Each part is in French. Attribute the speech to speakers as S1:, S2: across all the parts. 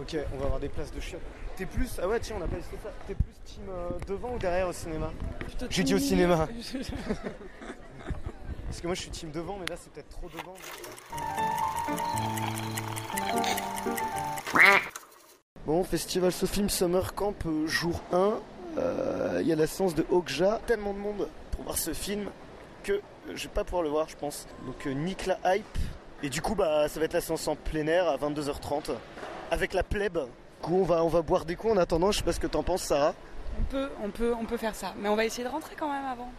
S1: Ok, on va avoir des places de chiottes. T'es plus. Ah ouais, tiens, on a pas essayé ça. T'es plus team euh, devant ou derrière au cinéma
S2: Plutôt
S1: J'ai dit au
S2: timide.
S1: cinéma. Parce que moi je suis team devant, mais là c'est peut-être trop devant. Bon, Festival Sofilm Summer Camp, euh, jour 1. euh, Il y a la séance de Okja. Tellement de monde pour voir ce film que euh, je vais pas pouvoir le voir, je pense. Donc, euh, nique la hype. Et du coup, bah, ça va être la séance en plein air à 22h30 avec la plèbe. Du coup, on va, on va boire des coups en attendant. Je sais pas ce que t'en penses, Sarah.
S2: on peut, on peut, on peut faire ça. Mais on va essayer de rentrer quand même avant.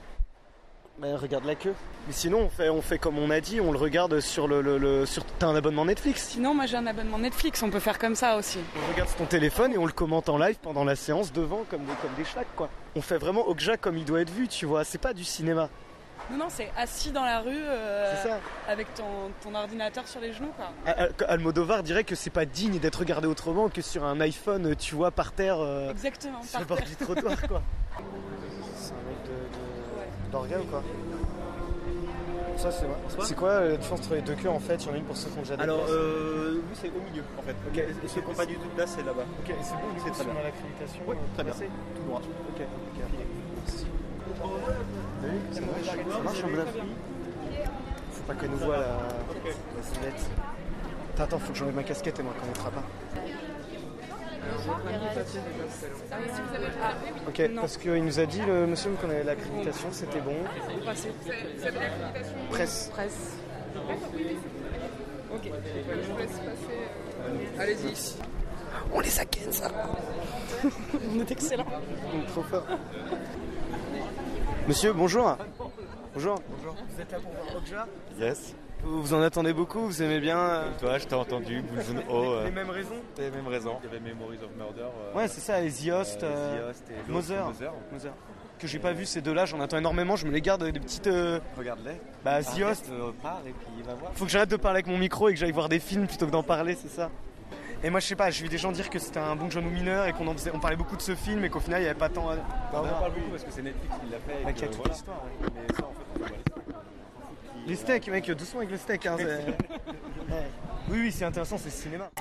S1: Mais Ben, regarde la queue. Mais sinon, on fait, on fait comme on a dit, on le regarde sur le. le, le- sur... T'as un abonnement Netflix
S2: Sinon, moi j'ai un abonnement Netflix, on peut faire comme ça aussi.
S1: On regarde sur ton téléphone et on le commente en live pendant la séance devant, comme des, comme des schlacs, quoi. On fait vraiment Okja comme il doit être vu, tu vois. C'est pas du cinéma,
S2: Non, non, c'est assis dans la rue euh,
S1: c'est ça.
S2: avec ton, ton ordinateur sur les genoux, quoi.
S1: Al- Al- Almodovar dirait que c'est pas digne d'être regardé autrement que sur un iPhone, tu vois, par terre, euh,
S2: Exactement.
S1: sur
S2: par
S1: le bord
S2: terre.
S1: du trottoir, quoi. C'est un mec
S2: Ouais.
S1: d'organe, quoi. Ça, c'est
S3: Bonsoir.
S1: quoi la différence entre les deux queues en fait Il y en a une pour ceux qui ont déjà
S3: Alors, euh, oui, c'est au milieu en fait. Et ceux qui n'ont pas du tout de place, c'est là-bas.
S1: c'est bon,
S3: c'est très bien.
S1: a l'accréditation.
S3: Oui,
S1: euh,
S3: très bien.
S1: passée.
S3: Tout droit.
S1: Ok, Ça marche, ça marche en bluff. Faut pas que nous voit la, la sellette. Attends, attends, faut que j'enlève ma casquette et moi qu'on ne fera pas. Ok,
S2: Non.
S1: parce qu'il nous a dit le monsieur qu'on avait l'accréditation, c'était bon.
S2: Ouais, c'est-
S1: Presse.
S2: presse. Ok.
S1: On les a ken, ça
S2: On est excellent.
S1: Donc, trop fort. Monsieur, bonjour. Bonjour. Bonjour. Vous êtes là pour voir Okja
S4: Yes.
S1: Vous vous en attendez beaucoup, vous aimez bien euh,
S4: Toi, je t'ai entendu, Bullzone O. euh,
S1: les mêmes raisons
S4: les mêmes raisons.
S3: Il y avait Memories of Murder.
S4: euh,
S1: Ouais, c'est ça, les Yost. euh,
S4: et
S1: Mother. Mother. Que j'ai pas vu ces deux-là, j'en attends énormément, je me les garde avec des petites. euh,
S4: Regarde-les.
S1: Bah, The Host.
S4: repart euh, et puis va voir.
S1: Faut que j'arrête de parler avec mon micro et que j'aille voir des films plutôt que d'en parler, c'est ça Et moi, je sais pas, j'ai vu des gens dire que c'était un bon John mineur et qu'on en faisait- on parlait beaucoup de ce film et qu'au final, il y avait pas tant. à-
S4: on en parle beaucoup parce que c'est Netflix qui l'a fait. et
S1: Mec,
S4: que,
S1: il y a toute
S4: voilà.
S1: l'histoire, ouais.
S4: Mais ça, en fait, on peut voir
S1: Les steaks, mec, doucement avec le steak. Hein, c'est- Ouais. Oui, oui, c'est intéressant, c'est le cinéma.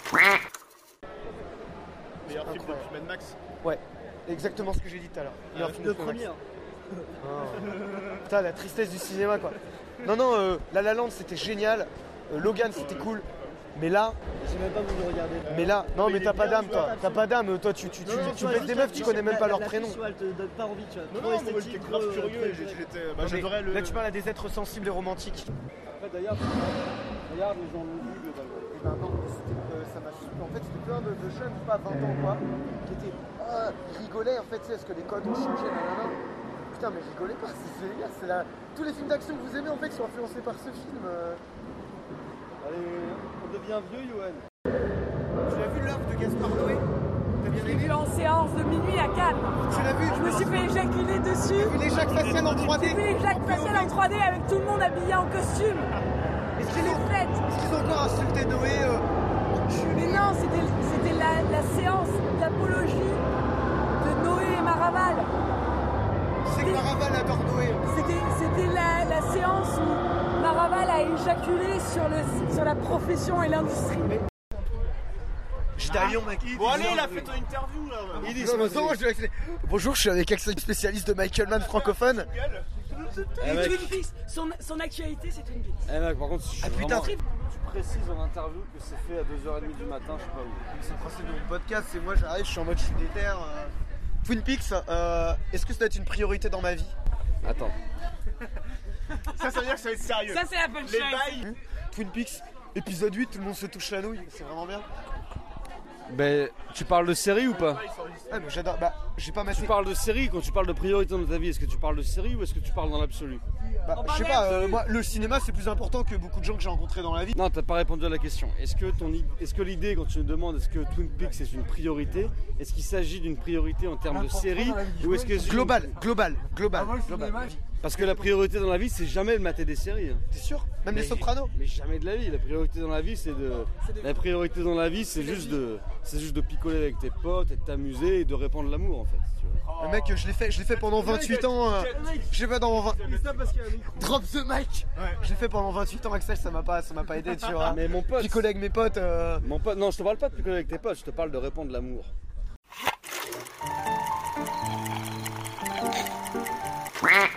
S3: Meilleur
S1: film incroyable.
S3: Mad Ben Max. euh,
S1: Exactement ce que j'ai dit tout à l'heure. Euh, Putain, la tristesse du cinéma, quoi. Non, non, euh, La La Land, c'était génial. Euh, Logan, c'était cool. Mais là,
S5: J'ai même pas voulu regarder.
S1: mais là, non, mais
S5: il
S1: t'as
S5: est
S1: pas
S5: bien,
S1: d'âme,
S5: tu
S1: toi.
S5: vois,
S1: T'as pas d'âme, toi, tu, tu, tu, tu
S5: vois,
S1: baises
S5: juste
S1: des
S5: la
S1: meufs, tu
S5: fiche,
S1: connais même
S5: la-
S1: pas
S5: la-
S1: leur
S5: la
S1: prénom.
S5: fiche, ouais, Elle te donne pas envie, tu vois.
S3: Non,
S5: Trop
S3: non, moi j'étais
S5: esthétique,
S3: grave
S5: trop, euh,
S3: curieux.
S5: trop-
S3: j'ai- j'étais- bah,
S1: Non, mais
S3: J'adorais le.
S1: Là, tu parles à des êtres sensibles et romantiques.
S5: D'ailleurs, regarde, les gens l'ont vu globalement.
S1: Et ben non, c'était, euh, ça m'a su- En fait, c'était plein de, de jeunes, je sais pas, 20 ans, quoi, qui étaient. Ah, ils rigolaient, en fait, tu sais, parce que les codes ont changé, nanana. Putain, mais rigolez pas, c'est c'est délire, c'est la. Tous les films d'action que vous aimez, en fait, sont influencés par ce film. euh.
S5: Allez, on devient vieux, Johan.
S1: Tu l'as vu, l'œuvre de Gaspard Noé T'as bien aimé
S2: en séance de minuit à Cannes.
S1: Tu l'as vu
S2: fait éjaculer dessus.
S1: vu les Jacques Facial en 3D
S2: fait Jacques Fassel en 3D avec tout le monde habillé en costume.
S1: Est-ce qu'ils ont,
S2: Fête.
S1: est-ce qu'ils ont encore insulté Noé euh,
S2: Mais non, c'était c'était la, la séance d'apologie de Noé et Maraval.
S1: C'est que Maraval adore Noé
S2: C'était c'était la, la séance où Maraval a éjaculé sur, le, sur la profession et l'industrie.
S1: J'étais à Lyon, mec.
S3: Bon, allez, il a fait ton interview là.
S1: Il dit, bonjour, je vais accéder. Bonjour, je suis avec Axel, spécialiste de Michael Mann francophone.
S2: Twin Peaks, son, son actualité c'est Twin Peaks.
S5: Eh mec, par contre, si
S1: Ah putain,
S5: tu précises en interview que c'est fait à 2h30 du matin, je sais pas où.
S1: c'est le principe de mon podcast, c'est moi j'arrive, je suis en mode je suis déter. euh. Twin Peaks, euh, est-ce que ça doit être une priorité dans ma vie
S5: Attends.
S3: Ça, ça veut dire que ça va être sérieux.
S2: c'est la bonne
S3: Les bails.
S1: Twin Peaks, épisode 8, tout le monde se touche la nouille, c'est vraiment bien.
S5: Ben, tu parles de série ou pas
S1: Ah mais j'adore, bah j'ai pas massé.
S5: Tu parles de série quand tu parles de priorité dans ta vie. Est-ce que tu parles de série ou est-ce que tu parles dans l'absolu
S1: Bah, je sais pas, euh, moi le cinéma c'est plus important que beaucoup de gens que j'ai rencontrés dans la vie.
S5: Non, t'as pas répondu à la question. Est-ce que, ton, i- est-ce que l'idée, quand tu nous demandes est-ce que Twin Peaks est une priorité, est-ce qu'il s'agit d'une priorité en termes de série ou est-ce que c'est une-
S1: Global, global, global. global.
S5: Parce que la priorité dans la vie, c'est jamais de mater des séries. hein.
S1: T'es sûr Même les
S5: Mais-
S1: sopranos
S5: Mais jamais de la vie. La priorité dans la vie, c'est de. La priorité dans la vie, c'est juste de. C'est juste de picoler avec tes potes et de t'amuser et de répandre l'amour, en fait. tu vois.
S1: Le mec, je l'ai fait, je l'ai fait pendant 28 ans. euh, Je sais pas dans 20... Drop the mic. J'ai fait pendant 28 ans, Axel, ça m'a pas, ça m'a pas aidé, tu vois.
S5: Mais mon pote,
S1: Petit collègue, mes potes. euh,
S5: mon pote, non, je te parle pas de picoler avec tes potes, je te parle de répandre l'amour.
S6: quack.